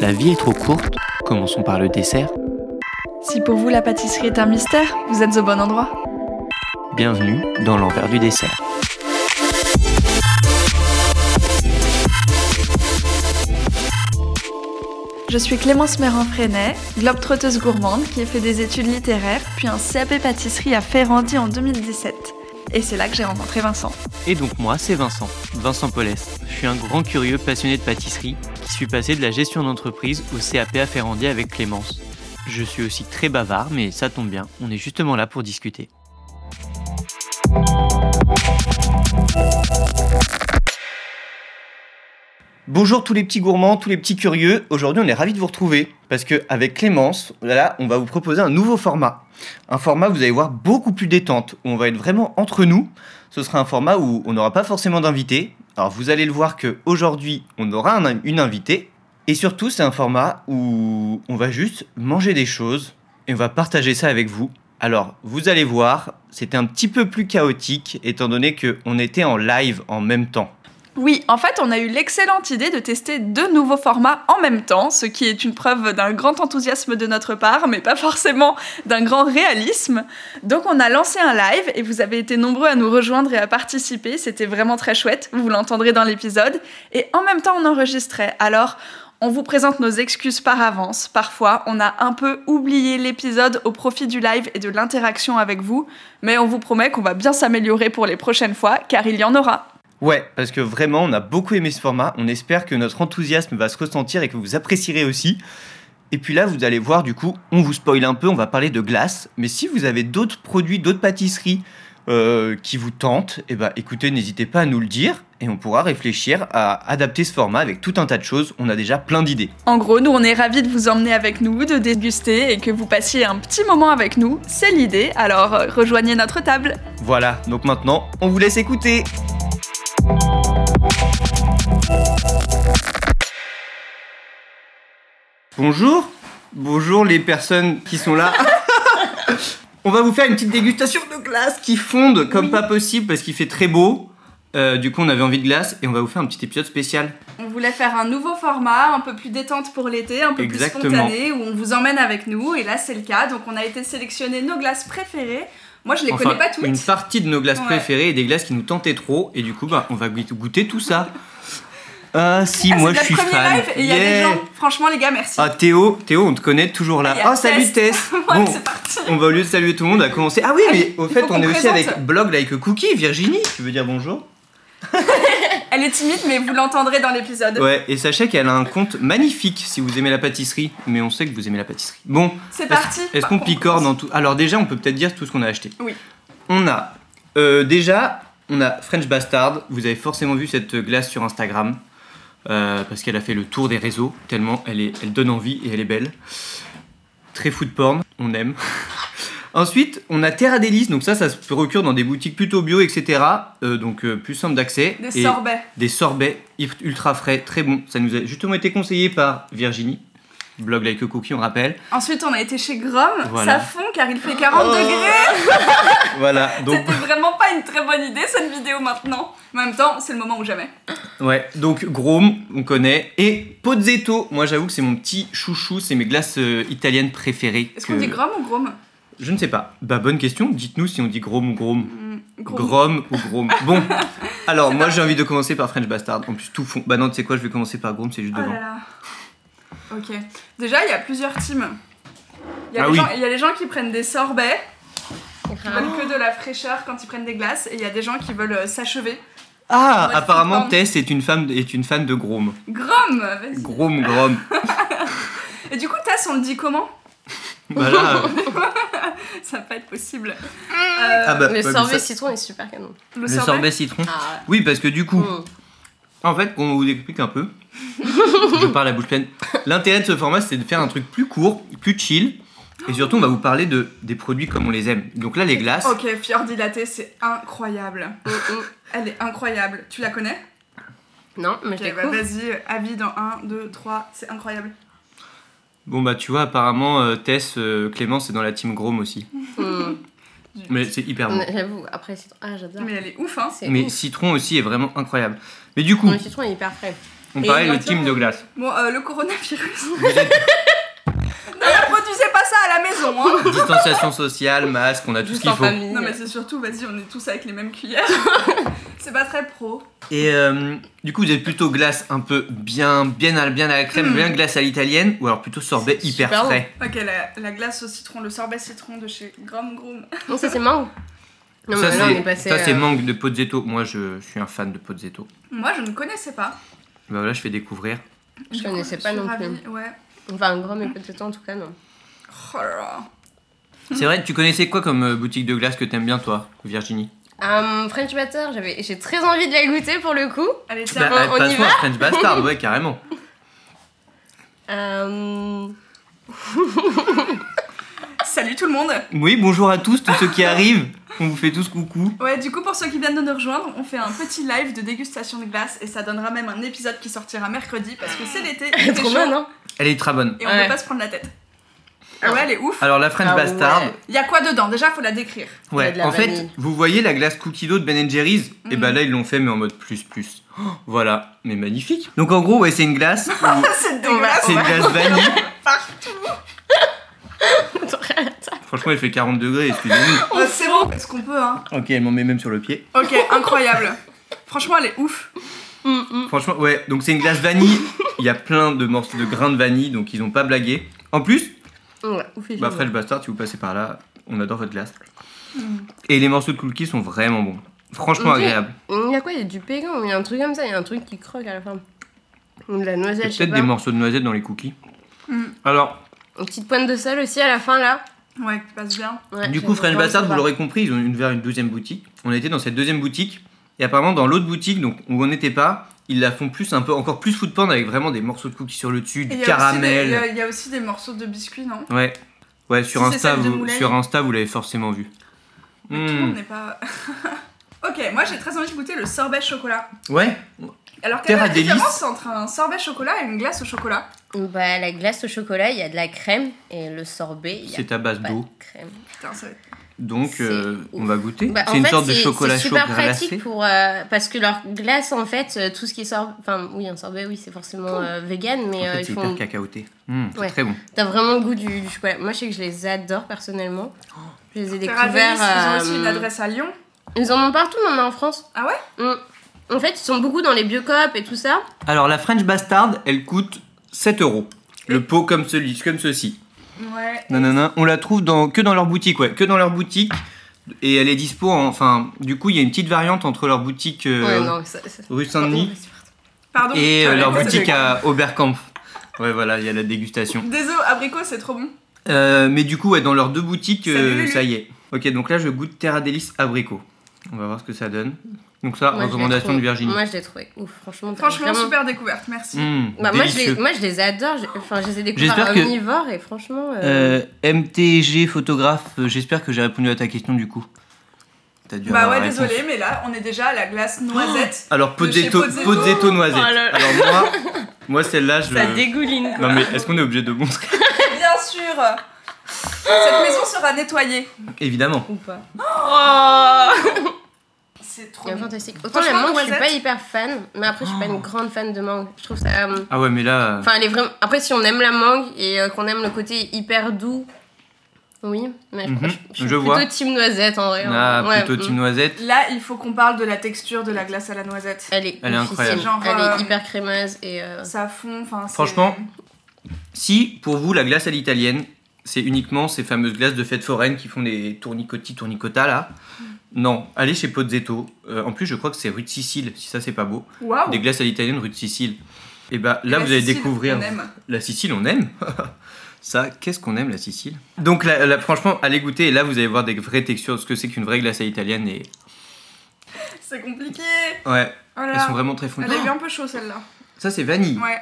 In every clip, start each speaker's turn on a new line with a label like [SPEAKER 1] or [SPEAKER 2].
[SPEAKER 1] La vie est trop courte, commençons par le dessert.
[SPEAKER 2] Si pour vous la pâtisserie est un mystère, vous êtes au bon endroit.
[SPEAKER 1] Bienvenue dans l'envers du dessert.
[SPEAKER 2] Je suis Clémence Méran-Freinet, globe-trotteuse gourmande qui a fait des études littéraires puis un CAP pâtisserie à Ferrandi en 2017. Et c'est là que j'ai rencontré Vincent.
[SPEAKER 1] Et donc moi, c'est Vincent, Vincent Paulès. Je suis un grand curieux passionné de pâtisserie qui suis passé de la gestion d'entreprise au CAP à Ferrandi avec Clémence. Je suis aussi très bavard, mais ça tombe bien, on est justement là pour discuter. Bonjour tous les petits gourmands, tous les petits curieux. Aujourd'hui, on est ravis de vous retrouver parce que avec Clémence, là, on va vous proposer un nouveau format. Un format, vous allez voir, beaucoup plus détente, où on va être vraiment entre nous. Ce sera un format où on n'aura pas forcément d'invité. Alors, vous allez le voir que aujourd'hui, on aura un- une invitée. Et surtout, c'est un format où on va juste manger des choses et on va partager ça avec vous. Alors, vous allez voir, c'était un petit peu plus chaotique étant donné qu'on était en live en même temps.
[SPEAKER 2] Oui, en fait, on a eu l'excellente idée de tester deux nouveaux formats en même temps, ce qui est une preuve d'un grand enthousiasme de notre part, mais pas forcément d'un grand réalisme. Donc on a lancé un live et vous avez été nombreux à nous rejoindre et à participer, c'était vraiment très chouette, vous l'entendrez dans l'épisode. Et en même temps, on enregistrait, alors on vous présente nos excuses par avance. Parfois, on a un peu oublié l'épisode au profit du live et de l'interaction avec vous, mais on vous promet qu'on va bien s'améliorer pour les prochaines fois, car il y en aura.
[SPEAKER 1] Ouais, parce que vraiment, on a beaucoup aimé ce format. On espère que notre enthousiasme va se ressentir et que vous apprécierez aussi. Et puis là, vous allez voir, du coup, on vous spoil un peu, on va parler de glace. Mais si vous avez d'autres produits, d'autres pâtisseries euh, qui vous tentent, eh ben, écoutez, n'hésitez pas à nous le dire et on pourra réfléchir à adapter ce format avec tout un tas de choses. On a déjà plein d'idées.
[SPEAKER 2] En gros, nous on est ravis de vous emmener avec nous, de déguster et que vous passiez un petit moment avec nous. C'est l'idée, alors euh, rejoignez notre table.
[SPEAKER 1] Voilà, donc maintenant, on vous laisse écouter. Bonjour, bonjour les personnes qui sont là. on va vous faire une petite dégustation de glace qui fonde comme pas possible parce qu'il fait très beau. Euh, du coup, on avait envie de glace et on va vous faire un petit épisode spécial.
[SPEAKER 2] On voulait faire un nouveau format, un peu plus détente pour l'été, un peu plus
[SPEAKER 1] Exactement.
[SPEAKER 2] spontané, où on vous emmène avec nous, et là c'est le cas. Donc on a été sélectionner nos glaces préférées. Moi je les
[SPEAKER 1] Enfin,
[SPEAKER 2] connais pas
[SPEAKER 1] Une
[SPEAKER 2] toutes. Ah,
[SPEAKER 1] partie de nos glaces
[SPEAKER 2] Ouais.
[SPEAKER 1] préférées et des glaces qui nous tentaient trop. Et du coup, bah, on va goû- goûter tout ça. Ah si,
[SPEAKER 2] Ah,
[SPEAKER 1] moi
[SPEAKER 2] c'est
[SPEAKER 1] je suis
[SPEAKER 2] notre premier
[SPEAKER 1] fan.
[SPEAKER 2] live et il y a des
[SPEAKER 1] Yeah.
[SPEAKER 2] gens. Franchement les gars, merci.
[SPEAKER 1] Ah Théo, Théo, on te connaît toujours là.
[SPEAKER 2] Il y a
[SPEAKER 1] Ah salut
[SPEAKER 2] Tess.
[SPEAKER 1] Tess.
[SPEAKER 2] Ouais,
[SPEAKER 1] Bon,
[SPEAKER 2] c'est parti.
[SPEAKER 1] on va au lieu de saluer tout le monde, à commencer. Ah oui, mais au
[SPEAKER 2] Il
[SPEAKER 1] fait,
[SPEAKER 2] faut
[SPEAKER 1] on
[SPEAKER 2] qu'on
[SPEAKER 1] est aussi
[SPEAKER 2] présente.
[SPEAKER 1] avec Blog Like a Cookie, Virginie. Tu veux dire bonjour
[SPEAKER 2] Elle est timide, mais vous l'entendrez dans l'épisode.
[SPEAKER 1] Ouais. Et sachez qu'elle a un compte magnifique si vous aimez la pâtisserie. Mais on sait que vous aimez la pâtisserie. Bon,
[SPEAKER 2] C'est parti.
[SPEAKER 1] est-ce
[SPEAKER 2] Par
[SPEAKER 1] qu'on
[SPEAKER 2] contre,
[SPEAKER 1] picore dans tout Alors déjà, on peut peut-être dire tout ce qu'on a acheté.
[SPEAKER 2] Oui.
[SPEAKER 1] On a euh, déjà, on a French Bastard. Vous avez forcément vu cette glace sur Instagram euh, parce qu'elle a fait le tour des réseaux tellement elle est, elle donne envie et elle est belle. Très food porn, on aime. Ensuite, on a Terra Delice, donc ça, ça se procure dans des boutiques plutôt bio, etc. euh, donc euh, plus simple d'accès.
[SPEAKER 2] Des
[SPEAKER 1] Et-
[SPEAKER 2] sorbets.
[SPEAKER 1] des sorbets ult- ultra frais, très bons. Ça nous a justement été conseillé par Virginie, blog Like a Cookie, on rappelle.
[SPEAKER 2] Ensuite, on a été chez Grom.
[SPEAKER 1] Voilà.
[SPEAKER 2] Ça fond car il fait 40
[SPEAKER 1] Oh.
[SPEAKER 2] degrés.
[SPEAKER 1] Voilà, donc,
[SPEAKER 2] C'était vraiment pas une très bonne idée cette vidéo maintenant. En même temps, c'est le moment ou jamais.
[SPEAKER 1] ouais, donc Grom, on connaît. Et Pozzetto, moi j'avoue que c'est mon petit chouchou, c'est mes glaces euh, italiennes préférées.
[SPEAKER 2] Est-ce qu'on
[SPEAKER 1] que-
[SPEAKER 2] dit grom ou grom
[SPEAKER 1] Je ne sais pas. Bah, bonne question, dites-nous si on dit Grom ou Grom.
[SPEAKER 2] Hmm, Grom.
[SPEAKER 1] Grom ou Grom. Bon, alors moi j'ai envie de commencer par French Bastard. En plus, tout fond. Bah non, tu sais quoi, je vais commencer par Grom, c'est juste
[SPEAKER 2] Oh
[SPEAKER 1] devant.
[SPEAKER 2] là là. Ok. Déjà, il y a plusieurs teams. Il y a,
[SPEAKER 1] Ah
[SPEAKER 2] les
[SPEAKER 1] oui.
[SPEAKER 2] gens, il y a les gens qui prennent des sorbets, qui veulent que de la fraîcheur quand ils prennent des glaces, et il y a des gens qui veulent euh, s'achever.
[SPEAKER 1] Ah,
[SPEAKER 2] Mode
[SPEAKER 1] apparemment
[SPEAKER 2] food porn.
[SPEAKER 1] Tess est une, femme, est une fan de Grom.
[SPEAKER 2] Grom vas-y.
[SPEAKER 1] Grom, Grom.
[SPEAKER 2] Et du coup, Tass, on le dit comment
[SPEAKER 1] bah là, euh,
[SPEAKER 2] Ça va pas être possible. Euh,
[SPEAKER 1] ah bah,
[SPEAKER 3] Le
[SPEAKER 1] bah, ça-
[SPEAKER 3] sorbet citron est super canon.
[SPEAKER 2] le,
[SPEAKER 1] Le
[SPEAKER 2] sorbet,
[SPEAKER 1] sorbet citron.
[SPEAKER 2] Ah
[SPEAKER 1] Oui, parce que du coup,
[SPEAKER 3] Mm.
[SPEAKER 1] en fait, on vous explique un peu. je parle à bouche pleine. L'intérêt de ce format, c'est de faire un truc plus court, plus chill. Et surtout, on va vous parler de, des produits comme on les aime. Donc là, les glaces.
[SPEAKER 2] Ok, Fjord dilatée, c'est incroyable.
[SPEAKER 3] Mm, mm.
[SPEAKER 2] Elle est incroyable. Tu la connais
[SPEAKER 3] Non, mais je
[SPEAKER 2] Ok, bah
[SPEAKER 3] découvre.
[SPEAKER 2] vas-y, avis dans 1, 2, 3, c'est incroyable.
[SPEAKER 1] Bon, bah, tu vois, apparemment, euh, Tess, euh, Clémence est dans la team Grom aussi.
[SPEAKER 3] Mm.
[SPEAKER 1] Mais c'est hyper bon.
[SPEAKER 3] Mais J'avoue, après citron. Ah, j'adore.
[SPEAKER 2] Mais elle est ouf, hein
[SPEAKER 3] C'est
[SPEAKER 1] Mais
[SPEAKER 3] ouf.
[SPEAKER 1] citron aussi est vraiment incroyable. Mais du coup,
[SPEAKER 3] Non, Le citron est hyper frais.
[SPEAKER 1] On
[SPEAKER 3] Et
[SPEAKER 1] parlait de
[SPEAKER 3] maintenant-
[SPEAKER 1] team de glace.
[SPEAKER 2] Bon, euh, le coronavirus. ne reproduisez pas ça à la maison, hein.
[SPEAKER 1] Distanciation sociale, masque, on a tout ce
[SPEAKER 3] Juste
[SPEAKER 1] qu'il
[SPEAKER 3] en
[SPEAKER 1] faut.
[SPEAKER 3] famille.
[SPEAKER 2] Non, mais c'est surtout, vas-y, on est tous avec les mêmes cuillères. c'est pas très pro.
[SPEAKER 1] Et euh, du coup, vous êtes plutôt glace un peu bien, bien à, bien à la crème,
[SPEAKER 2] Mm.
[SPEAKER 1] bien glace à l'italienne, ou alors plutôt sorbet
[SPEAKER 3] Hmm. C'est
[SPEAKER 1] hyper
[SPEAKER 3] super bon.
[SPEAKER 1] frais.
[SPEAKER 2] Ok, la, la glace au citron, le sorbet citron de chez Grom Grom.
[SPEAKER 3] Non, ça c'est mangue. Non, mais là on est passé.
[SPEAKER 1] ça, c'est
[SPEAKER 3] euh,
[SPEAKER 1] manque de pozzetto. Moi, je, suis un fan de pozzetto.
[SPEAKER 2] Moi, je ne connaissais pas.
[SPEAKER 1] Bah, là, je fais découvrir.
[SPEAKER 3] Je
[SPEAKER 2] Du coup,
[SPEAKER 3] connaissais pas
[SPEAKER 2] suis
[SPEAKER 3] non
[SPEAKER 2] ravie, Ouais.
[SPEAKER 3] Enfin, un grand, mais peut-être en tout cas, non.
[SPEAKER 2] Oh là là.
[SPEAKER 1] C'est vrai, tu connaissais quoi comme euh, boutique de glace que t'aimes bien, toi, Virginie
[SPEAKER 3] Euh, French Butter, j'avais- j'ai très envie de la goûter pour le coup.
[SPEAKER 2] Allez, tiens.
[SPEAKER 1] Bah,
[SPEAKER 3] bon, on y
[SPEAKER 1] Passons
[SPEAKER 3] va
[SPEAKER 1] à French Bastard, ouais, carrément.
[SPEAKER 3] Euh,
[SPEAKER 2] Salut tout le monde.
[SPEAKER 1] Oui, bonjour à tous, tous ceux qui arrivent. On vous fait tous coucou.
[SPEAKER 2] Ouais, du coup, pour ceux qui viennent de nous rejoindre, on fait un petit live de dégustation de glace et ça donnera même un épisode qui sortira mercredi parce que c'est l'été, il fait
[SPEAKER 3] Trop
[SPEAKER 2] chaud,
[SPEAKER 3] bien, non
[SPEAKER 1] Elle est très bonne.
[SPEAKER 2] et on
[SPEAKER 3] Ouais.
[SPEAKER 2] veut pas se prendre la tête. Ah ouais, elle est ouf.
[SPEAKER 1] Alors, la French
[SPEAKER 3] Ah
[SPEAKER 1] Bastard,
[SPEAKER 3] ouais.
[SPEAKER 2] Il y a quoi dedans Déjà, faut la décrire.
[SPEAKER 3] Il y
[SPEAKER 1] ouais,
[SPEAKER 3] a de la
[SPEAKER 1] en fait,
[SPEAKER 3] vanille. Mm.
[SPEAKER 1] vous voyez la glace cookie dough de Ben Jerry's Et bah
[SPEAKER 2] Mhm.
[SPEAKER 1] là, ils l'ont fait, mais en mode plus, plus. Oh, voilà, mais magnifique. Donc, en gros, ouais, c'est une glace. où-
[SPEAKER 3] Ah,
[SPEAKER 2] c'est dégueulasse.
[SPEAKER 1] c'est une
[SPEAKER 3] Oh
[SPEAKER 1] glace vanille.
[SPEAKER 3] hein. Arrête.
[SPEAKER 1] Franchement, il fait 40 degrés, excusez-nous.
[SPEAKER 2] Ouais, Euh, c'est bon, ce qu'on peut, hein.
[SPEAKER 1] Ok, elle m'en met même sur le pied.
[SPEAKER 2] Ok, incroyable. Franchement, elle est ouf.
[SPEAKER 3] Hum, hum.
[SPEAKER 1] Franchement, ouais, donc c'est une glace vanille. Il y a plein de morceaux de grains de vanille, donc ils ont pas blagué. En plus,
[SPEAKER 3] Ouais, ouf, et
[SPEAKER 1] bah,
[SPEAKER 3] génial.
[SPEAKER 1] French Bastard, si vous passez par là, on adore votre glace.
[SPEAKER 2] Mm.
[SPEAKER 1] Et les morceaux de cookies sont vraiment bons. Franchement
[SPEAKER 3] Ok.
[SPEAKER 1] agréables.
[SPEAKER 3] Il y a quoi Il y a du pécan, il y a un truc comme ça, il y a un truc qui croque à la fin. Ou de la
[SPEAKER 1] Il y a
[SPEAKER 3] noisette, je sais
[SPEAKER 1] peut-être
[SPEAKER 3] pas.
[SPEAKER 1] des morceaux de noisettes dans les cookies.
[SPEAKER 2] Mm.
[SPEAKER 1] Alors,
[SPEAKER 3] Une petite pointe de sel aussi à la fin là.
[SPEAKER 2] Ouais, qui passe bien.
[SPEAKER 3] Ouais,
[SPEAKER 1] du
[SPEAKER 3] j'ai
[SPEAKER 1] coup, French
[SPEAKER 3] vraiment
[SPEAKER 1] Bastard, vous
[SPEAKER 3] pas.
[SPEAKER 1] l'aurez compris, ils ont ouvert une deuxième boutique. On était dans cette deuxième boutique. Et apparemment, dans l'autre boutique, donc où on n'était pas, ils la font plus, un peu, encore plus food porn avec vraiment des morceaux de cookies sur le dessus,
[SPEAKER 2] Et
[SPEAKER 1] du
[SPEAKER 2] il y a aussi des-
[SPEAKER 1] caramel.
[SPEAKER 2] Il y, a- il y a aussi des morceaux de biscuits, non
[SPEAKER 1] Ouais. Ouais, sur,
[SPEAKER 2] Si c'est
[SPEAKER 1] Insta,
[SPEAKER 2] celle de
[SPEAKER 1] vous,
[SPEAKER 2] Moulay.
[SPEAKER 1] sur Insta, vous l'avez forcément vu.
[SPEAKER 2] Mais tout le monde
[SPEAKER 1] Hmm.
[SPEAKER 2] n'est pas. ok, moi j'ai très envie de goûter le sorbet chocolat.
[SPEAKER 1] Ouais,
[SPEAKER 2] Alors quelle est la
[SPEAKER 1] Terra Délice.
[SPEAKER 2] différence entre un sorbet chocolat et une glace au chocolat
[SPEAKER 3] Bah, la glace au chocolat, il y a de la crème et le sorbet, il y a
[SPEAKER 1] c'est à base
[SPEAKER 3] pas
[SPEAKER 1] d'eau.
[SPEAKER 3] de crème.
[SPEAKER 2] Putain, ça va être-
[SPEAKER 1] Donc,
[SPEAKER 3] C'est
[SPEAKER 1] euh,
[SPEAKER 3] ouf.
[SPEAKER 1] on va goûter.
[SPEAKER 3] Bah, en
[SPEAKER 1] c'est une
[SPEAKER 3] fait,
[SPEAKER 1] sorte de
[SPEAKER 3] c'est-
[SPEAKER 1] chocolat
[SPEAKER 3] C'est
[SPEAKER 1] chaud
[SPEAKER 3] super
[SPEAKER 1] glacé.
[SPEAKER 3] pratique pour euh, parce que leur glace en fait, euh, tout ce qui sort, enfin oui, un sorbet, oui, c'est forcément
[SPEAKER 2] Cool.
[SPEAKER 3] euh, vegan, mais
[SPEAKER 1] En
[SPEAKER 3] euh,
[SPEAKER 1] fait,
[SPEAKER 3] ils
[SPEAKER 1] c'est
[SPEAKER 3] font-
[SPEAKER 1] hyper cacaoté. Hmm, c'est
[SPEAKER 3] Ouais.
[SPEAKER 1] très bon.
[SPEAKER 3] t'as vraiment le goût du, du chocolat. Moi, je sais que je les adore personnellement.
[SPEAKER 1] Oh.
[SPEAKER 3] Je les ai
[SPEAKER 2] Terra
[SPEAKER 3] découverts.
[SPEAKER 2] Délice, ils ont
[SPEAKER 3] euh,
[SPEAKER 2] aussi une adresse à Lyon.
[SPEAKER 3] ils en ont partout maintenant en France.
[SPEAKER 2] Ah ouais
[SPEAKER 3] Mm. En fait, ils sont beaucoup dans les biocoop et tout ça.
[SPEAKER 1] Alors, la French Bastard, elle coûte 7 euros. Le pot comme celui, comme ceci.
[SPEAKER 2] Ouais.
[SPEAKER 1] Non, non, non. On la trouve dans, que dans leur boutique, ouais. Que dans leur boutique. Et elle est dispo, en- enfin, du coup, il y a une petite variante entre leur boutique euh,
[SPEAKER 3] Ouais, non, ça, ça-
[SPEAKER 1] rue Saint-Denis
[SPEAKER 2] Pardon.
[SPEAKER 1] et euh,
[SPEAKER 2] Ah,
[SPEAKER 1] leur
[SPEAKER 2] ouais,
[SPEAKER 1] boutique
[SPEAKER 2] c'est-
[SPEAKER 1] à Oberkampf. Ouais, voilà, il y a la dégustation.
[SPEAKER 2] Désolé, abricot, c'est trop bon.
[SPEAKER 1] Euh, mais du coup, ouais, dans leurs deux boutiques, euh,
[SPEAKER 2] Salut, Lulu.
[SPEAKER 1] ça y est. Ok, donc là, je goûte Terra Delice abricot. On va voir ce que ça donne. Donc ça,
[SPEAKER 3] Moi, je les
[SPEAKER 1] recommandation de
[SPEAKER 3] trouve-
[SPEAKER 1] Virginie.
[SPEAKER 3] Moi, je les trouvais ouf, franchement.
[SPEAKER 2] Franchement,
[SPEAKER 3] vraiment-
[SPEAKER 2] super découverte, merci.
[SPEAKER 1] Mmh,
[SPEAKER 3] Bah, moi, je les,
[SPEAKER 1] délicieux.
[SPEAKER 3] moi, je les adore. je- Enfin, je les ai
[SPEAKER 1] J'espère
[SPEAKER 3] découverts
[SPEAKER 1] que-
[SPEAKER 3] omnivores et franchement. euh,
[SPEAKER 1] Euh, MTG photographe, euh, j'espère que j'ai répondu à ta question du coup. T'as dû
[SPEAKER 2] Bah
[SPEAKER 1] avoir
[SPEAKER 2] ouais,
[SPEAKER 1] la réponse.
[SPEAKER 2] désolé, mais là, on est déjà à la glace noisette.
[SPEAKER 1] Alors,
[SPEAKER 2] De chez
[SPEAKER 1] Pozzetto,
[SPEAKER 2] Pozzetto.
[SPEAKER 1] Pozzetto noisette.
[SPEAKER 3] Oh là là.
[SPEAKER 1] Alors moi, moi celle-là, je...
[SPEAKER 3] Ça dégouline.
[SPEAKER 1] non mais est-ce qu'on est obligé de montrer
[SPEAKER 2] Bien sûr Cette maison sera nettoyée.
[SPEAKER 1] Évidemment.
[SPEAKER 3] Ou pas.
[SPEAKER 1] Oh.
[SPEAKER 2] C'est trop
[SPEAKER 3] C'est
[SPEAKER 2] bon.
[SPEAKER 3] fantastique. Autant la
[SPEAKER 2] Franchement,
[SPEAKER 3] mangue, je suis
[SPEAKER 2] noisette.
[SPEAKER 3] pas hyper fan, mais après, je suis pas une grande fan de mangue. Je trouve ça. euh,
[SPEAKER 1] Ah ouais, mais là... euh,
[SPEAKER 3] Enfin, elle est vraiment. Après, si on aime la mangue et euh, qu'on aime le côté hyper doux, oui. Mais je-
[SPEAKER 1] Mhm,
[SPEAKER 3] je, je suis
[SPEAKER 1] je
[SPEAKER 3] plutôt
[SPEAKER 1] vois.
[SPEAKER 3] team noisette en vrai.
[SPEAKER 1] ah,
[SPEAKER 3] Ouais,
[SPEAKER 1] plutôt
[SPEAKER 3] mm.
[SPEAKER 1] Team Noisette.
[SPEAKER 2] Là, il faut qu'on parle de la texture de la glace à la noisette.
[SPEAKER 3] Elle est,
[SPEAKER 1] Elle est
[SPEAKER 3] oufissime.
[SPEAKER 1] incroyable.
[SPEAKER 2] Genre,
[SPEAKER 3] elle
[SPEAKER 2] euh,
[SPEAKER 3] est hyper crémeuse et. euh,
[SPEAKER 2] Ça fond, enfin. c'est-
[SPEAKER 1] Franchement, Si pour vous la glace à l'italienne, c'est uniquement ces fameuses glaces de fête foraine qui font des tournicotis, tournicotas là,
[SPEAKER 2] Mm.
[SPEAKER 1] non, allez chez Pozzetto. Euh, en plus, je crois que c'est rue de Sicile, si ça c'est pas beau.
[SPEAKER 2] Waouh
[SPEAKER 1] Des glaces à l'italienne rue de Sicile. Et bah là,
[SPEAKER 2] Ah La
[SPEAKER 1] vous allez
[SPEAKER 2] Sicile,
[SPEAKER 1] découvrir.
[SPEAKER 2] on aime.
[SPEAKER 1] La Sicile, on aime Ça, qu'est-ce qu'on aime la Sicile Donc là, là, franchement, allez goûter et là, vous allez voir des vraies textures, ce que c'est qu'une vraie glace à l'italienne. Et...
[SPEAKER 2] C'est compliqué.
[SPEAKER 1] Ouais,
[SPEAKER 2] Oh
[SPEAKER 1] elles
[SPEAKER 2] là
[SPEAKER 1] sont
[SPEAKER 2] là.
[SPEAKER 1] vraiment très fondues.
[SPEAKER 2] Elle est bien un peu chaud celle-là.
[SPEAKER 1] Ça, c'est vanille.
[SPEAKER 2] Ouais.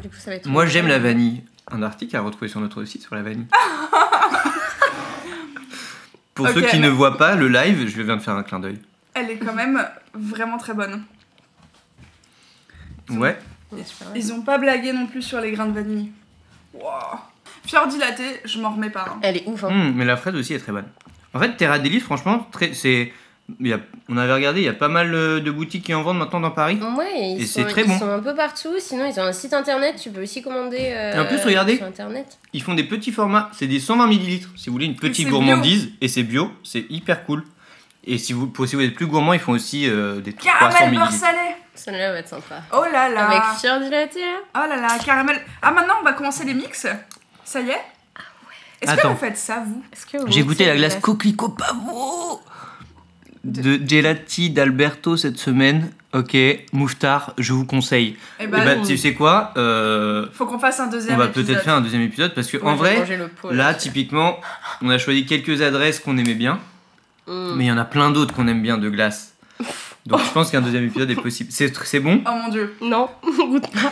[SPEAKER 3] Du coup, ça va être.
[SPEAKER 1] Moi, j'aime la vanille. Un article à retrouver sur notre site sur la vanille. Pour
[SPEAKER 2] Ok,
[SPEAKER 1] ceux qui
[SPEAKER 2] mais-
[SPEAKER 1] ne voient pas le live, je viens de faire un clin d'œil.
[SPEAKER 2] Elle est quand même vraiment très bonne.
[SPEAKER 1] Ouais.
[SPEAKER 3] Ouais, super, ouais.
[SPEAKER 2] Ils ont pas blagué non plus sur les grains de vanille. Wow. Fior dilaté, je m'en remets pas. hein.
[SPEAKER 3] Elle est ouf. hein.
[SPEAKER 1] Hum, mais la fraise aussi est très bonne. En fait, Terra Delice, franchement, très- c'est il y a- on avait regardé, il y a pas mal euh, de boutiques qui en vendent maintenant dans Paris.
[SPEAKER 3] Ouais, ils,
[SPEAKER 1] Et
[SPEAKER 3] sont,
[SPEAKER 1] c'est très
[SPEAKER 3] ils
[SPEAKER 1] bon.
[SPEAKER 3] sont un peu partout. Sinon, ils ont un site internet, tu peux aussi commander euh,
[SPEAKER 1] Et en plus, regardez.
[SPEAKER 3] sur internet.
[SPEAKER 1] Ils font des petits formats, c'est des 120 millilitres. Si vous voulez une petite
[SPEAKER 2] c'est
[SPEAKER 1] gourmandise et c'est bio, c'est hyper cool. Et si vous, pour- si vous êtes plus gourmand, ils font aussi euh, des 300
[SPEAKER 2] Caramel beurre
[SPEAKER 1] millilitres.
[SPEAKER 2] salé
[SPEAKER 3] Celle-là va être sympa.
[SPEAKER 2] Oh là là
[SPEAKER 3] Avec fier dilaté, là
[SPEAKER 2] Oh là là, caramel Ah, maintenant, on va commencer les mix Ça y est Est-ce que
[SPEAKER 1] Attends.
[SPEAKER 2] vous faites ça, vous
[SPEAKER 3] Est-ce que vous
[SPEAKER 1] J'ai goûté la
[SPEAKER 3] goûtez
[SPEAKER 1] glace coquelicot pavot de gelati d'Alberto cette semaine. Ok, mouffetard, je vous conseille.
[SPEAKER 2] Eh
[SPEAKER 1] et bah,
[SPEAKER 2] ben,
[SPEAKER 1] tu sais quoi euh,
[SPEAKER 2] faut qu'on fasse un deuxième
[SPEAKER 1] On va
[SPEAKER 2] épisode.
[SPEAKER 1] peut-être faire un deuxième épisode parce que
[SPEAKER 3] Ouais,
[SPEAKER 1] en
[SPEAKER 3] j'ai
[SPEAKER 1] vrai,
[SPEAKER 3] mangé le pot,
[SPEAKER 1] là typiquement, on a choisi quelques adresses qu'on aimait bien,
[SPEAKER 3] Mm.
[SPEAKER 1] mais il y en a plein d'autres qu'on aime bien de glace. Donc je pense qu'un deuxième épisode est possible. C'est c'est bon
[SPEAKER 2] Oh mon dieu.
[SPEAKER 3] Non, on goûte pas.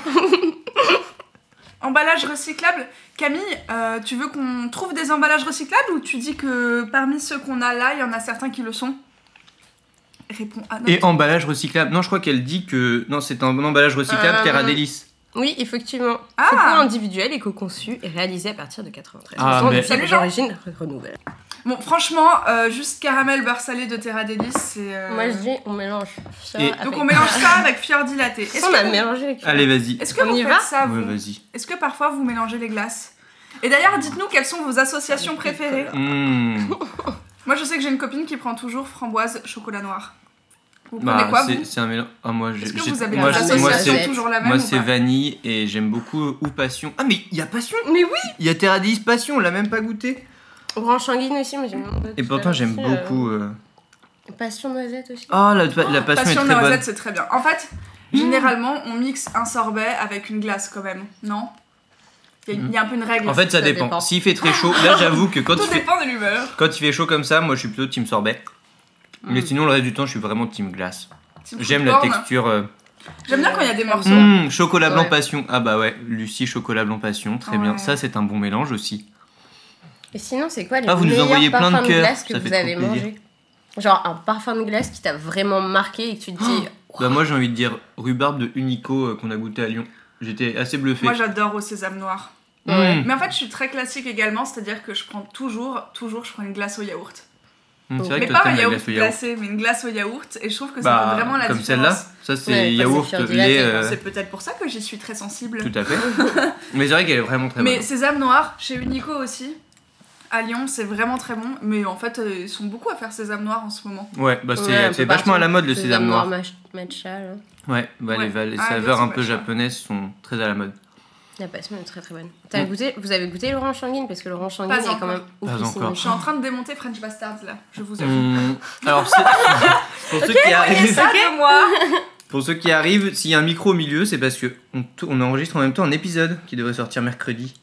[SPEAKER 2] Emballage recyclable. Camille, euh, tu veux qu'on trouve des emballages recyclables ou tu dis que parmi ceux qu'on a là, il y en a certains qui le sont Réponds à notre...
[SPEAKER 1] Et emballage recyclable. Non, je crois qu'elle dit que non, c'est un emballage recyclable
[SPEAKER 3] Euh,
[SPEAKER 1] Terra Délice.
[SPEAKER 3] Oui, effectivement.
[SPEAKER 2] Ah.
[SPEAKER 3] C'est pour individuel et co-conçu et réalisé à partir de 93.
[SPEAKER 1] Ah, mais-
[SPEAKER 3] Salut d'origine renouvelle.
[SPEAKER 2] Bon, franchement, euh, juste caramel beurre salé de Terra Delice, c'est... euh,
[SPEAKER 3] Moi, je dis, on mélange. ça
[SPEAKER 1] Et-
[SPEAKER 3] avec-
[SPEAKER 2] Donc on mélange ça avec fior dilaté. Est-ce
[SPEAKER 3] On a
[SPEAKER 2] que,
[SPEAKER 3] mélangé les
[SPEAKER 1] Allez, vas-y.
[SPEAKER 2] est-ce que
[SPEAKER 3] On
[SPEAKER 2] vous
[SPEAKER 3] y
[SPEAKER 2] faites
[SPEAKER 3] va
[SPEAKER 2] ça,
[SPEAKER 1] Ouais,
[SPEAKER 2] vous
[SPEAKER 1] vas-y.
[SPEAKER 2] Est-ce que parfois vous mélangez les glaces Et d'ailleurs, dites-nous quelles sont vos associations préférées.
[SPEAKER 1] Mmh.
[SPEAKER 2] Moi, je sais que j'ai une copine qui prend toujours framboise, chocolat noir. Vous prenez
[SPEAKER 1] Bah,
[SPEAKER 2] quoi,
[SPEAKER 1] c'est
[SPEAKER 2] vous
[SPEAKER 1] c'est un mélange. Ah, moi, j'ai-
[SPEAKER 2] Est-ce que
[SPEAKER 1] j'ai-
[SPEAKER 2] vous avez
[SPEAKER 1] moi,
[SPEAKER 2] des
[SPEAKER 3] je-
[SPEAKER 1] c'est- moi,
[SPEAKER 2] associations
[SPEAKER 1] c'est-
[SPEAKER 3] c'est-
[SPEAKER 2] toujours la même
[SPEAKER 1] moi,
[SPEAKER 2] ou
[SPEAKER 1] c'est
[SPEAKER 2] pas
[SPEAKER 1] vanille et j'aime beaucoup ou passion. Ah, mais il y a passion
[SPEAKER 3] Mais oui
[SPEAKER 1] Il y a Terra Délice passion, on l'a même pas goûté.
[SPEAKER 3] Orange sanguine aussi, mais j'aime beaucoup.
[SPEAKER 1] Et pourtant, j'aime
[SPEAKER 3] Aussi, euh,
[SPEAKER 1] beaucoup. euh,
[SPEAKER 3] Passion noisette aussi.
[SPEAKER 2] Oh,
[SPEAKER 1] Ah, la, la passion, est
[SPEAKER 2] Passion
[SPEAKER 1] très bonne. Mm.
[SPEAKER 2] noisette, c'est très bien. En fait, généralement, on mixe un sorbet avec une glace quand même, non Il y, a- il y a un peu une règle.
[SPEAKER 1] Mm. En fait, ça,
[SPEAKER 3] Ça
[SPEAKER 1] dépend.
[SPEAKER 3] dépend.
[SPEAKER 1] S'il fait très chaud, là j'avoue que quand
[SPEAKER 2] tout
[SPEAKER 1] il, fait,
[SPEAKER 2] dépend de l'humeur.
[SPEAKER 1] quand il fait chaud comme ça, moi je suis plutôt team sorbet. Mais
[SPEAKER 3] Mm.
[SPEAKER 1] sinon, le reste du temps, je suis vraiment team glace.
[SPEAKER 2] Petit coup de
[SPEAKER 1] J'aime la
[SPEAKER 2] corne.
[SPEAKER 1] texture. euh,
[SPEAKER 2] J'aime bien quand il y a des morceaux.
[SPEAKER 1] mm, chocolat blanc
[SPEAKER 3] Ouais.
[SPEAKER 1] passion. Ah bah ouais, Lucie, chocolat blanc passion, très
[SPEAKER 2] Ouais.
[SPEAKER 1] bien. Ça, c'est un bon mélange aussi.
[SPEAKER 3] Et sinon, c'est quoi les
[SPEAKER 1] Ah, vous nous
[SPEAKER 3] meilleurs
[SPEAKER 1] envoyez plein de
[SPEAKER 3] parfums de,
[SPEAKER 1] cœurs,
[SPEAKER 3] glace que
[SPEAKER 1] ça fait
[SPEAKER 3] vous
[SPEAKER 1] trop
[SPEAKER 3] avez
[SPEAKER 1] plaisir.
[SPEAKER 3] mangé Genre un parfum de glace qui t'a vraiment marqué et que tu te dis.
[SPEAKER 1] Bah moi, j'ai envie de dire rhubarbe de Unico euh, qu'on a goûté à Lyon. J'étais assez bluffé.
[SPEAKER 2] Moi, j'adore au sésame noir.
[SPEAKER 1] Mm.
[SPEAKER 3] Ouais.
[SPEAKER 2] Mais en fait, je suis très classique également, c'est-à-dire que je prends toujours, toujours, je prends une glace au yaourt.
[SPEAKER 1] Mm, C'est vrai
[SPEAKER 2] Mais
[SPEAKER 1] que toi,
[SPEAKER 2] pas
[SPEAKER 1] t'aimes
[SPEAKER 2] un
[SPEAKER 1] la
[SPEAKER 2] yaourt
[SPEAKER 1] glace au yaourt.
[SPEAKER 2] glacé, mais une glace au yaourt, et je trouve que ça
[SPEAKER 1] Bah,
[SPEAKER 2] fait vraiment la
[SPEAKER 1] comme celle-là,
[SPEAKER 2] différence.
[SPEAKER 1] ça c'est
[SPEAKER 3] Ouais, ça,
[SPEAKER 1] yaourt,
[SPEAKER 3] c'est fior du latte,
[SPEAKER 1] lait, euh,
[SPEAKER 2] C'est peut-être pour ça que j'y suis très sensible.
[SPEAKER 1] tout à fait. mais c'est vrai qu'elle est vraiment très
[SPEAKER 2] Mais
[SPEAKER 1] bonne.
[SPEAKER 2] Sésame Noir, chez Unico aussi, à Lyon, c'est vraiment très bon. Mais en fait, euh, ils sont beaucoup à faire Sésame Noir en ce moment.
[SPEAKER 1] Ouais, bah c'est
[SPEAKER 3] Ouais, un peu
[SPEAKER 1] c'est vachement à la mode
[SPEAKER 3] partout.
[SPEAKER 1] le sésame noir.
[SPEAKER 3] mach- matcha, là.
[SPEAKER 1] Ouais, bah,
[SPEAKER 2] Ouais.
[SPEAKER 1] les, va- les
[SPEAKER 2] Ah, les
[SPEAKER 1] saveurs un
[SPEAKER 2] petits
[SPEAKER 1] peu
[SPEAKER 2] machins.
[SPEAKER 1] japonaises sont très à la mode.
[SPEAKER 3] La passion est très très bonne. T'as
[SPEAKER 1] Mm.
[SPEAKER 3] goûté, vous avez goûté l'orange sanguine parce que l'orange sanguine
[SPEAKER 2] Pas
[SPEAKER 3] est
[SPEAKER 2] encore.
[SPEAKER 3] quand même
[SPEAKER 1] Pas
[SPEAKER 3] oufissime.
[SPEAKER 1] encore.
[SPEAKER 2] Je suis en train de démonter French Bastards là, je vous avoue.
[SPEAKER 1] Hum, Alors, c'est- pour, ceux qui
[SPEAKER 2] Voyez
[SPEAKER 1] arrivent,
[SPEAKER 2] Mmh. ça de moi
[SPEAKER 1] pour ceux qui arrivent, s'il y a un micro au milieu, c'est parce que on, t- on enregistre en même temps un épisode qui devrait sortir mercredi.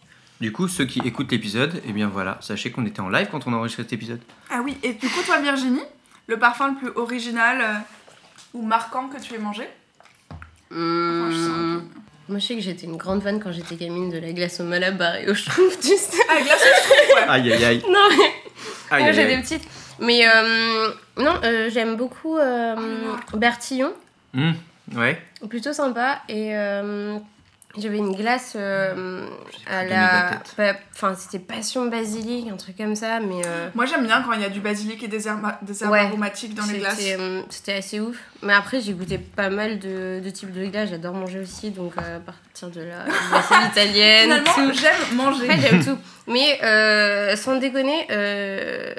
[SPEAKER 1] Du coup, ceux qui écoutent l'épisode, eh bien voilà, sachez qu'on était en live quand on a enregistré cet épisode.
[SPEAKER 2] Ah oui, et du coup, toi Virginie, le parfum le plus original euh, ou marquant que tu aies mangé
[SPEAKER 3] Mm.
[SPEAKER 2] Moi, je sens un peu-
[SPEAKER 3] Moi je sais que j'étais une grande fan quand j'étais gamine de la glace au Malabar et au schtroumpf, tu sais.
[SPEAKER 2] Ah, glace au schtroumpf, ouais.
[SPEAKER 1] Aïe aïe aïe.
[SPEAKER 3] Non
[SPEAKER 1] aïe,
[SPEAKER 3] mais moi
[SPEAKER 1] aïe,
[SPEAKER 3] Ah, j'ai
[SPEAKER 1] aïe.
[SPEAKER 3] des petites. Mais euh, non, euh, j'aime beaucoup euh, Bertillon,
[SPEAKER 1] Hum, ouais.
[SPEAKER 3] plutôt sympa. Et euh, j'avais une glace euh, à
[SPEAKER 1] plus donner
[SPEAKER 3] la.
[SPEAKER 1] la tête.
[SPEAKER 3] pa- Enfin, c'était passion basilic, un truc comme ça, mais. euh,
[SPEAKER 2] Moi j'aime bien quand il y a du basilic et des herbes, des herbes
[SPEAKER 3] Ouais.
[SPEAKER 2] aromatiques dans les glaces.
[SPEAKER 3] C'était euh, c'était assez ouf. Mais après, j'ai goûté pas mal de, de types de glace. J'adore manger aussi, donc euh, à partir de là, glace italienne,
[SPEAKER 2] Finalement,
[SPEAKER 3] tout.
[SPEAKER 2] j'aime manger.
[SPEAKER 3] Après, j'aime tout. Mais euh, sans déconner, euh,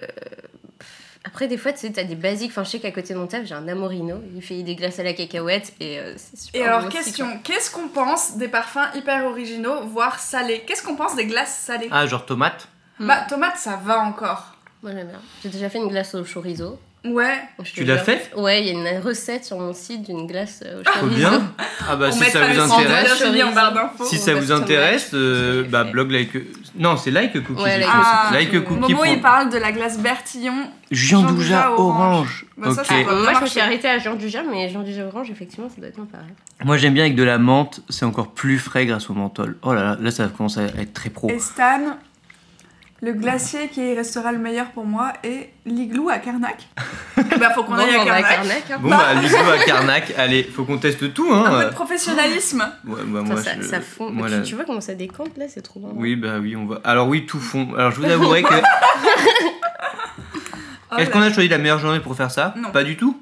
[SPEAKER 3] après, des fois, tu sais, t'as des basiques. Enfin, je sais qu'à côté de mon taf, j'ai un amorino. Il fait des glaces à la cacahuète et euh, c'est super.
[SPEAKER 2] Et alors,
[SPEAKER 3] bon aussi, quoi.
[SPEAKER 2] question, qu'est-ce qu'on pense des parfums hyper originaux, voire salés Qu'est-ce qu'on pense des glaces salées
[SPEAKER 1] Ah, genre tomate
[SPEAKER 2] Bah, tomate, ça va encore.
[SPEAKER 3] Moi, j'aime bien. J'ai déjà fait une glace au chorizo.
[SPEAKER 2] Ouais,
[SPEAKER 3] Je
[SPEAKER 1] Tu
[SPEAKER 3] te
[SPEAKER 1] l'as
[SPEAKER 3] jure.
[SPEAKER 1] fait Ah,
[SPEAKER 3] Ouais, il y a une recette sur mon site d'une glace euh, au
[SPEAKER 1] Trop
[SPEAKER 3] chorizo.
[SPEAKER 1] bien Ah bah
[SPEAKER 2] on
[SPEAKER 1] si ça
[SPEAKER 2] mettra
[SPEAKER 1] vous
[SPEAKER 2] le
[SPEAKER 3] sang
[SPEAKER 1] intéresse.
[SPEAKER 2] sandwich Virginie en barre d'infos.
[SPEAKER 1] Si
[SPEAKER 3] Faut
[SPEAKER 1] ça
[SPEAKER 3] qu'on
[SPEAKER 1] vous
[SPEAKER 3] fasse
[SPEAKER 1] intéresse,
[SPEAKER 3] tomate,
[SPEAKER 1] euh,
[SPEAKER 3] parce que j'ai
[SPEAKER 1] bah
[SPEAKER 3] fait.
[SPEAKER 1] blog like. Non, c'est like cookie.
[SPEAKER 3] Ouais,
[SPEAKER 1] je
[SPEAKER 3] like
[SPEAKER 1] crois.
[SPEAKER 2] Ah,
[SPEAKER 1] like
[SPEAKER 3] cookie.
[SPEAKER 1] cookie.
[SPEAKER 2] Momo,
[SPEAKER 1] point-
[SPEAKER 2] il parle de la glace Bertillon.
[SPEAKER 1] Jean
[SPEAKER 2] Jean Douja
[SPEAKER 1] Douja orange.
[SPEAKER 2] Bah, ça,
[SPEAKER 1] ok.
[SPEAKER 2] c'est
[SPEAKER 3] Ah,
[SPEAKER 2] doit
[SPEAKER 3] moi, je me
[SPEAKER 2] marcher.
[SPEAKER 3] suis arrêtée à Jean Dujard, mais Jean Dujard Orange, effectivement, ça doit être pareil.
[SPEAKER 1] Moi j'aime bien avec de la menthe, c'est encore plus frais grâce au menthol. Oh là là, là ça commence à être très pro.
[SPEAKER 2] Et Stan, le glacier qui restera le meilleur pour moi est l'igloo à Carnac. bah, faut qu'on
[SPEAKER 3] Bon,
[SPEAKER 2] aille à
[SPEAKER 3] on va à
[SPEAKER 2] Carnac.
[SPEAKER 3] Carnac, hein.
[SPEAKER 1] Bon bah bisous à Carnac, allez, faut qu'on teste tout hein.
[SPEAKER 2] Un peu
[SPEAKER 1] Euh,
[SPEAKER 2] de professionnalisme.
[SPEAKER 1] ouais, bah,
[SPEAKER 3] Putain,
[SPEAKER 1] moi,
[SPEAKER 3] Ah ça,
[SPEAKER 1] je-
[SPEAKER 3] ça fond.
[SPEAKER 1] moi,
[SPEAKER 3] tu,
[SPEAKER 1] là-
[SPEAKER 3] tu vois comment ça décante là, c'est trop bon. Oh
[SPEAKER 1] Oui bah oui on va. Alors oui tout fond. Alors je vous avouerai que
[SPEAKER 2] Oh Oh
[SPEAKER 1] Est-ce
[SPEAKER 2] là
[SPEAKER 1] qu'on a
[SPEAKER 2] là.
[SPEAKER 1] choisi la meilleure journée pour faire ça
[SPEAKER 2] Non.
[SPEAKER 1] Pas du tout.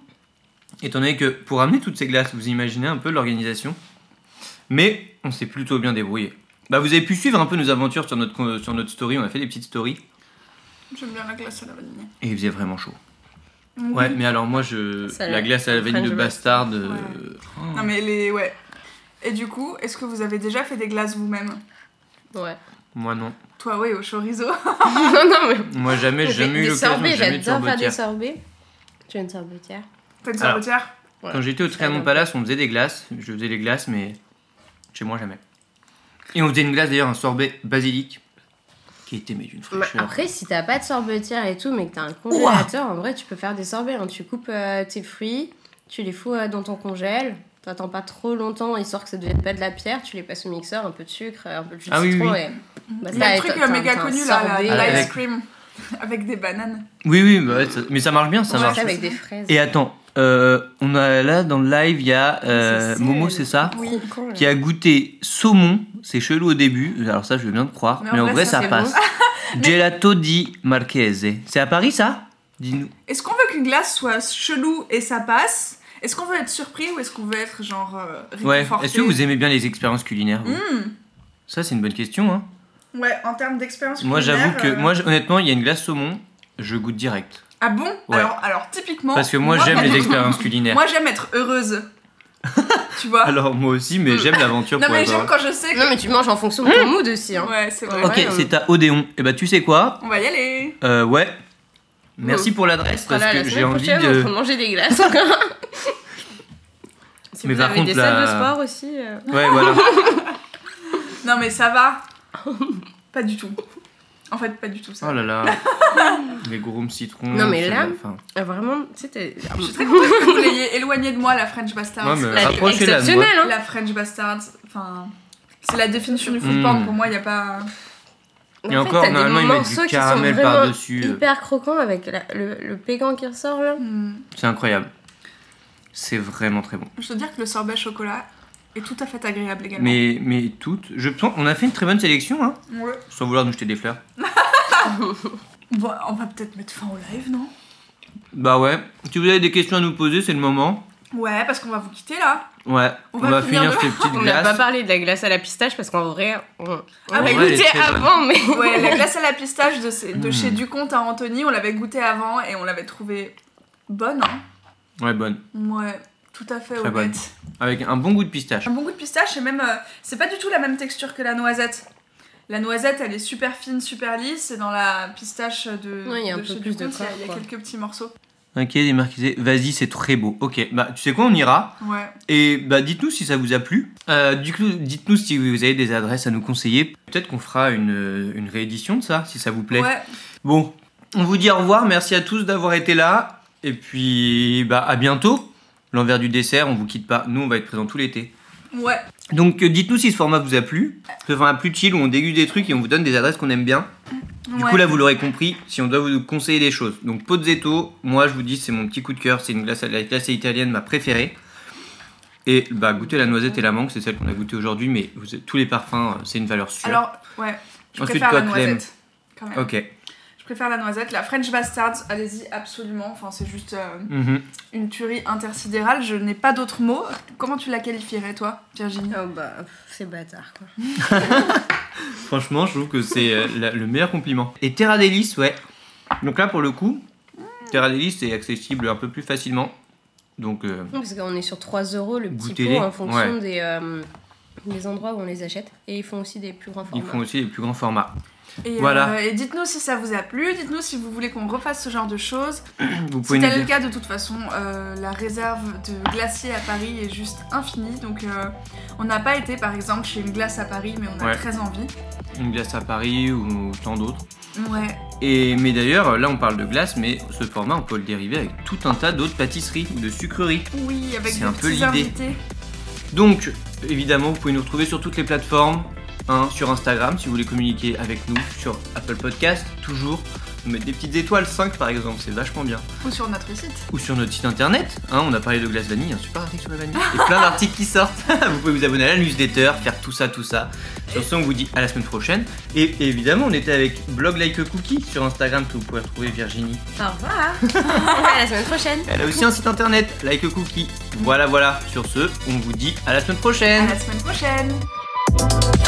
[SPEAKER 1] Étant donné que pour amener toutes ces glaces, vous imaginez un peu l'organisation. Mais on s'est plutôt bien débrouillé. Bah, vous avez pu suivre un peu nos aventures sur notre, co- sur notre story. On a fait des petites stories.
[SPEAKER 2] J'aime bien la glace à la vanille.
[SPEAKER 1] Et il faisait vraiment chaud. Ouais, mais alors moi, je
[SPEAKER 3] Ça,
[SPEAKER 1] la
[SPEAKER 3] là,
[SPEAKER 1] glace à la vanille de
[SPEAKER 3] French
[SPEAKER 1] Bastard. euh,
[SPEAKER 2] Ouais.
[SPEAKER 1] oh.
[SPEAKER 2] Non mais les ouais. Et du coup, est-ce que vous avez déjà fait des glaces vous-même
[SPEAKER 3] Ouais.
[SPEAKER 1] Moi, non.
[SPEAKER 2] Toi, oui, au chorizo.
[SPEAKER 3] non, non, mais.
[SPEAKER 1] Moi, jamais, j'ai jamais eu
[SPEAKER 3] des
[SPEAKER 1] l'occasion.
[SPEAKER 3] sorbets,
[SPEAKER 1] jamais eu de
[SPEAKER 3] j'adore faire des
[SPEAKER 1] sorbetière.
[SPEAKER 3] sorbets. Tu as une sorbetière
[SPEAKER 2] T'as une
[SPEAKER 1] Alors.
[SPEAKER 2] sorbetière
[SPEAKER 1] Quand j'étais au Trianon Palace, on faisait des glaces. Je faisais les glaces, mais chez moi jamais. Et on faisait une glace d'ailleurs, un sorbet basilic, qui était mais d'une
[SPEAKER 3] Bah,
[SPEAKER 1] fraîcheur.
[SPEAKER 3] après, si t'as pas de sorbetière et tout, mais que t'as un congélateur, en vrai, tu peux faire des sorbets. hein. Tu coupes euh, tes fruits, tu les fous euh, dans ton congèle. T'attends pas trop longtemps, histoire que ça devienne pas de la pierre. Tu les passes au mixeur, un peu de sucre, euh, un peu de jus de
[SPEAKER 1] Ah oui,
[SPEAKER 3] citron.
[SPEAKER 1] oui.
[SPEAKER 3] Et... Bah,
[SPEAKER 2] Mais
[SPEAKER 3] ça,
[SPEAKER 2] le
[SPEAKER 3] et
[SPEAKER 2] truc
[SPEAKER 3] t'as-
[SPEAKER 2] euh, méga
[SPEAKER 3] t'as un
[SPEAKER 2] connu là,
[SPEAKER 3] sorbet, euh,
[SPEAKER 2] l'ice
[SPEAKER 1] la- Avec-
[SPEAKER 2] cream avec des bananes.
[SPEAKER 1] Oui, oui, bah ouais, ça- mais ça marche bien, ça
[SPEAKER 3] Ouais,
[SPEAKER 1] marche.
[SPEAKER 3] avec des fraises.
[SPEAKER 1] Et attends, euh, on a là dans le live, il y a euh,
[SPEAKER 3] C'est ça,
[SPEAKER 1] Momo,
[SPEAKER 3] elle.
[SPEAKER 1] c'est ça
[SPEAKER 2] Oui.
[SPEAKER 3] Con, là.
[SPEAKER 1] qui a goûté saumon, c'est chelou au début, alors ça je veux bien te croire,
[SPEAKER 2] Mais
[SPEAKER 1] mais,
[SPEAKER 2] en
[SPEAKER 1] en
[SPEAKER 2] vrai,
[SPEAKER 1] vrai
[SPEAKER 2] ça,
[SPEAKER 1] ça,
[SPEAKER 3] c'est
[SPEAKER 1] passe. Gelato di Marchese, c'est à Paris ça Dis-nous.
[SPEAKER 2] Est-ce qu'on veut qu'une glace soit chelou et ça passe Est-ce qu'on veut être surpris ou est-ce qu'on veut être genre euh,
[SPEAKER 1] Ouais,
[SPEAKER 2] réconforté
[SPEAKER 1] est-ce que vous aimez bien les expériences culinaires vous
[SPEAKER 2] Hmm.
[SPEAKER 1] Ça c'est une bonne question. Hein.
[SPEAKER 2] Ouais, en termes d'expérience
[SPEAKER 1] Moi
[SPEAKER 2] culinaire,
[SPEAKER 1] j'avoue que,
[SPEAKER 2] euh,
[SPEAKER 1] moi j- honnêtement, il y a une glace saumon, je goûte direct.
[SPEAKER 2] Ah bon
[SPEAKER 1] Ouais.
[SPEAKER 2] alors, alors typiquement.
[SPEAKER 1] Parce que moi, j'aime
[SPEAKER 2] pas
[SPEAKER 1] les
[SPEAKER 2] du tout.
[SPEAKER 1] expériences culinaires.
[SPEAKER 2] Moi j'aime être heureuse. tu vois
[SPEAKER 1] Alors moi aussi, mais j'aime l'aventure
[SPEAKER 2] Non
[SPEAKER 1] pour
[SPEAKER 2] mais
[SPEAKER 1] être
[SPEAKER 2] j'aime
[SPEAKER 1] heureux.
[SPEAKER 2] quand je sais
[SPEAKER 3] Non,
[SPEAKER 2] que.
[SPEAKER 3] mais tu manges en fonction de ton mood aussi. Hein.
[SPEAKER 2] Ouais, c'est vrai.
[SPEAKER 1] Ok,
[SPEAKER 3] Ouais, euh.
[SPEAKER 1] c'est à Odéon. Et bah tu sais quoi
[SPEAKER 2] On va y aller.
[SPEAKER 1] Euh, Ouais. Merci pour
[SPEAKER 3] On
[SPEAKER 1] l'adresse
[SPEAKER 3] sera
[SPEAKER 1] parce
[SPEAKER 3] là
[SPEAKER 1] que j'ai
[SPEAKER 3] la semaine
[SPEAKER 1] envie
[SPEAKER 3] prochaine,
[SPEAKER 1] de.
[SPEAKER 3] on va manger des glaces. si
[SPEAKER 1] Mais
[SPEAKER 3] vous
[SPEAKER 1] par
[SPEAKER 3] avez
[SPEAKER 1] contre,
[SPEAKER 3] des salles de
[SPEAKER 1] la-
[SPEAKER 3] sport aussi. euh,
[SPEAKER 1] Ouais, voilà.
[SPEAKER 2] Non mais ça va. pas du tout. En fait, pas du tout ça.
[SPEAKER 1] Oh là là. Les gourous citrons.
[SPEAKER 3] Non, mais
[SPEAKER 1] c'est
[SPEAKER 3] là-
[SPEAKER 1] la fin.
[SPEAKER 3] ah, Vraiment, tu sais, t'es-
[SPEAKER 2] Je suis très contente que vous l'ayez éloigné de moi, la French Bastard.
[SPEAKER 1] Ouais, mais
[SPEAKER 3] Elle est
[SPEAKER 1] Rapprochez-la de moi.
[SPEAKER 3] exceptionnelle, hein.
[SPEAKER 2] La French Bastard, enfin. C'est la définition du food porn
[SPEAKER 1] Mm.
[SPEAKER 2] pour moi, y a pas.
[SPEAKER 3] En
[SPEAKER 1] Et
[SPEAKER 3] fait,
[SPEAKER 1] encore,
[SPEAKER 3] t'as des
[SPEAKER 1] normalement, ils mettent
[SPEAKER 3] morceaux
[SPEAKER 1] du
[SPEAKER 3] qui sont
[SPEAKER 1] caramel
[SPEAKER 3] vraiment
[SPEAKER 1] par-dessus. euh.
[SPEAKER 3] Hyper croquant avec la- le, le pécan qui ressort là.
[SPEAKER 2] Hmm.
[SPEAKER 1] C'est incroyable. C'est vraiment très bon.
[SPEAKER 2] Je veux dire que le sorbet chocolat est tout à fait agréable également.
[SPEAKER 1] Mais, mais toutes, je pense, on a fait une très bonne sélection, hein,
[SPEAKER 2] Ouais.
[SPEAKER 1] sans vouloir nous jeter des fleurs.
[SPEAKER 3] Ah,
[SPEAKER 2] Bon, on va peut-être mettre fin au live, non
[SPEAKER 1] Bah ouais, si vous avez des questions à nous poser, c'est le moment.
[SPEAKER 2] Ouais, parce qu'on va vous quitter là.
[SPEAKER 1] Ouais,
[SPEAKER 2] On
[SPEAKER 1] on,
[SPEAKER 2] va
[SPEAKER 1] va,
[SPEAKER 2] finir
[SPEAKER 1] finir,
[SPEAKER 2] de-
[SPEAKER 1] ces petites
[SPEAKER 3] On n'a pas
[SPEAKER 1] glaces.
[SPEAKER 3] parlé de la glace à la pistache parce qu'en vrai, on, on
[SPEAKER 2] Ah,
[SPEAKER 3] l'a
[SPEAKER 1] en vrai, elle est
[SPEAKER 3] goûté
[SPEAKER 1] très bonne.
[SPEAKER 3] avant, mais.
[SPEAKER 2] Ouais, la glace à la pistache de, ces- de
[SPEAKER 1] Mm.
[SPEAKER 2] chez Ducomte à Anthony, on l'avait goûtée avant et on l'avait trouvée bonne, hein.
[SPEAKER 1] Ouais, bonne.
[SPEAKER 2] Ouais, tout à fait
[SPEAKER 1] Très bonne.
[SPEAKER 2] honnête.
[SPEAKER 1] Avec un bon goût de pistache.
[SPEAKER 2] Un bon goût de pistache et même euh, c'est pas du tout la même texture que la noisette. La noisette, elle est super fine, super lisse et dans la pistache de,
[SPEAKER 3] Ouais, il y a
[SPEAKER 2] de
[SPEAKER 3] un peu
[SPEAKER 2] chez
[SPEAKER 3] plus de
[SPEAKER 2] Ducomte, il y a-
[SPEAKER 3] corps,
[SPEAKER 2] il y, a
[SPEAKER 3] quoi.
[SPEAKER 2] quelques petits morceaux.
[SPEAKER 1] Ok, démarquez. Vas-y, c'est très beau. Ok, bah tu sais quoi, on ira.
[SPEAKER 2] Ouais.
[SPEAKER 1] Et bah dites-nous si ça vous a plu. Euh, du coup, dites-nous si vous avez des adresses à nous conseiller. Peut-être qu'on fera une, euh, une réédition de ça, si ça vous plaît.
[SPEAKER 2] Ouais.
[SPEAKER 1] Bon, on vous dit au revoir. Merci à tous d'avoir été là. Et puis, bah à bientôt. L'envers du dessert, on vous quitte pas. Nous, on va être présents tout l'été.
[SPEAKER 2] Ouais.
[SPEAKER 1] Donc, euh, dites-nous si ce format vous a plu. Ce format plus chill où on déguste des trucs et on vous donne des adresses qu'on aime bien. Du
[SPEAKER 2] ouais.
[SPEAKER 1] coup, là, vous l'aurez compris, si on doit vous conseiller des choses. Donc, Pozzetto, moi, je vous dis, c'est mon petit coup de cœur. C'est une glace, la glace italienne, ma préférée. Et bah, goûter la noisette et la mangue, c'est celle qu'on a goûtée aujourd'hui, mais vous- tous les parfums, euh, c'est une valeur sûre.
[SPEAKER 2] Alors, ouais. Je
[SPEAKER 1] Ensuite,
[SPEAKER 2] préfère
[SPEAKER 1] toi,
[SPEAKER 2] la
[SPEAKER 1] Clem.
[SPEAKER 2] noisette. Quand même.
[SPEAKER 1] Ok.
[SPEAKER 2] Je préfère la noisette. La French Bastards, allez-y absolument. Enfin, c'est juste euh,
[SPEAKER 1] Mhm.
[SPEAKER 2] une tuerie intersidérale. Je n'ai pas d'autres mots. Comment tu la qualifierais, toi, Virginie
[SPEAKER 3] Oh bah, pff, c'est bâtard quoi.
[SPEAKER 1] Franchement, je trouve que c'est euh, la- le meilleur compliment. Et Terra Delis, ouais. Donc là, pour le coup, Terra Delis est accessible un peu plus facilement. Donc, euh,
[SPEAKER 3] Non, parce qu'on est sur 3 euros le petit
[SPEAKER 1] Goûtez-les.
[SPEAKER 3] pot en fonction des, euh, des endroits où on les achète. Et ils font aussi des plus grands
[SPEAKER 1] ils
[SPEAKER 3] formats.
[SPEAKER 1] font aussi les plus grands formats.
[SPEAKER 2] Et,
[SPEAKER 1] Voilà.
[SPEAKER 2] euh, et dites-nous si ça vous a plu. Dites-nous si vous voulez qu'on refasse ce genre de choses.
[SPEAKER 1] Vous pouvez
[SPEAKER 2] Si
[SPEAKER 1] nous
[SPEAKER 2] tel est le
[SPEAKER 1] dire.
[SPEAKER 2] cas, de toute façon, euh, la réserve de glaciers à Paris est juste infinie. Donc, euh, on n'a pas été, par exemple, chez une glace à Paris, mais on a
[SPEAKER 1] Ouais.
[SPEAKER 2] très envie.
[SPEAKER 1] Une glace à Paris ou tant d'autres.
[SPEAKER 2] Ouais,
[SPEAKER 1] Et, mais d'ailleurs, là on parle de glace, mais ce format on peut le dériver avec tout un tas d'autres pâtisseries ou de sucreries.
[SPEAKER 2] oui, avec
[SPEAKER 1] C'est
[SPEAKER 2] des
[SPEAKER 1] un peu
[SPEAKER 2] petits
[SPEAKER 1] l'idée.
[SPEAKER 2] invités.
[SPEAKER 1] Donc, évidemment, vous pouvez nous retrouver sur toutes les plateformes, hein, sur Instagram si vous voulez communiquer avec nous, sur Apple Podcast, toujours, mettre des petites étoiles, 5 par exemple, c'est vachement bien.
[SPEAKER 2] Ou sur notre site.
[SPEAKER 1] Ou sur notre site internet, hein, on a parlé de glace vanille, un super article sur la vanille, et plein d'articles qui sortent. vous pouvez vous abonner à la newsletter, faire tout ça, tout ça. Sur ce, on vous dit à la semaine prochaine. Et évidemment, on était avec Blog Like a Cookie sur Instagram que vous pouvez retrouver Virginie.
[SPEAKER 3] Au revoir. à la semaine prochaine.
[SPEAKER 1] Elle a aussi un site internet, Like a Cookie. Voilà, voilà. Sur ce, on vous dit à la semaine
[SPEAKER 2] À
[SPEAKER 1] prochaine.
[SPEAKER 2] la semaine prochaine.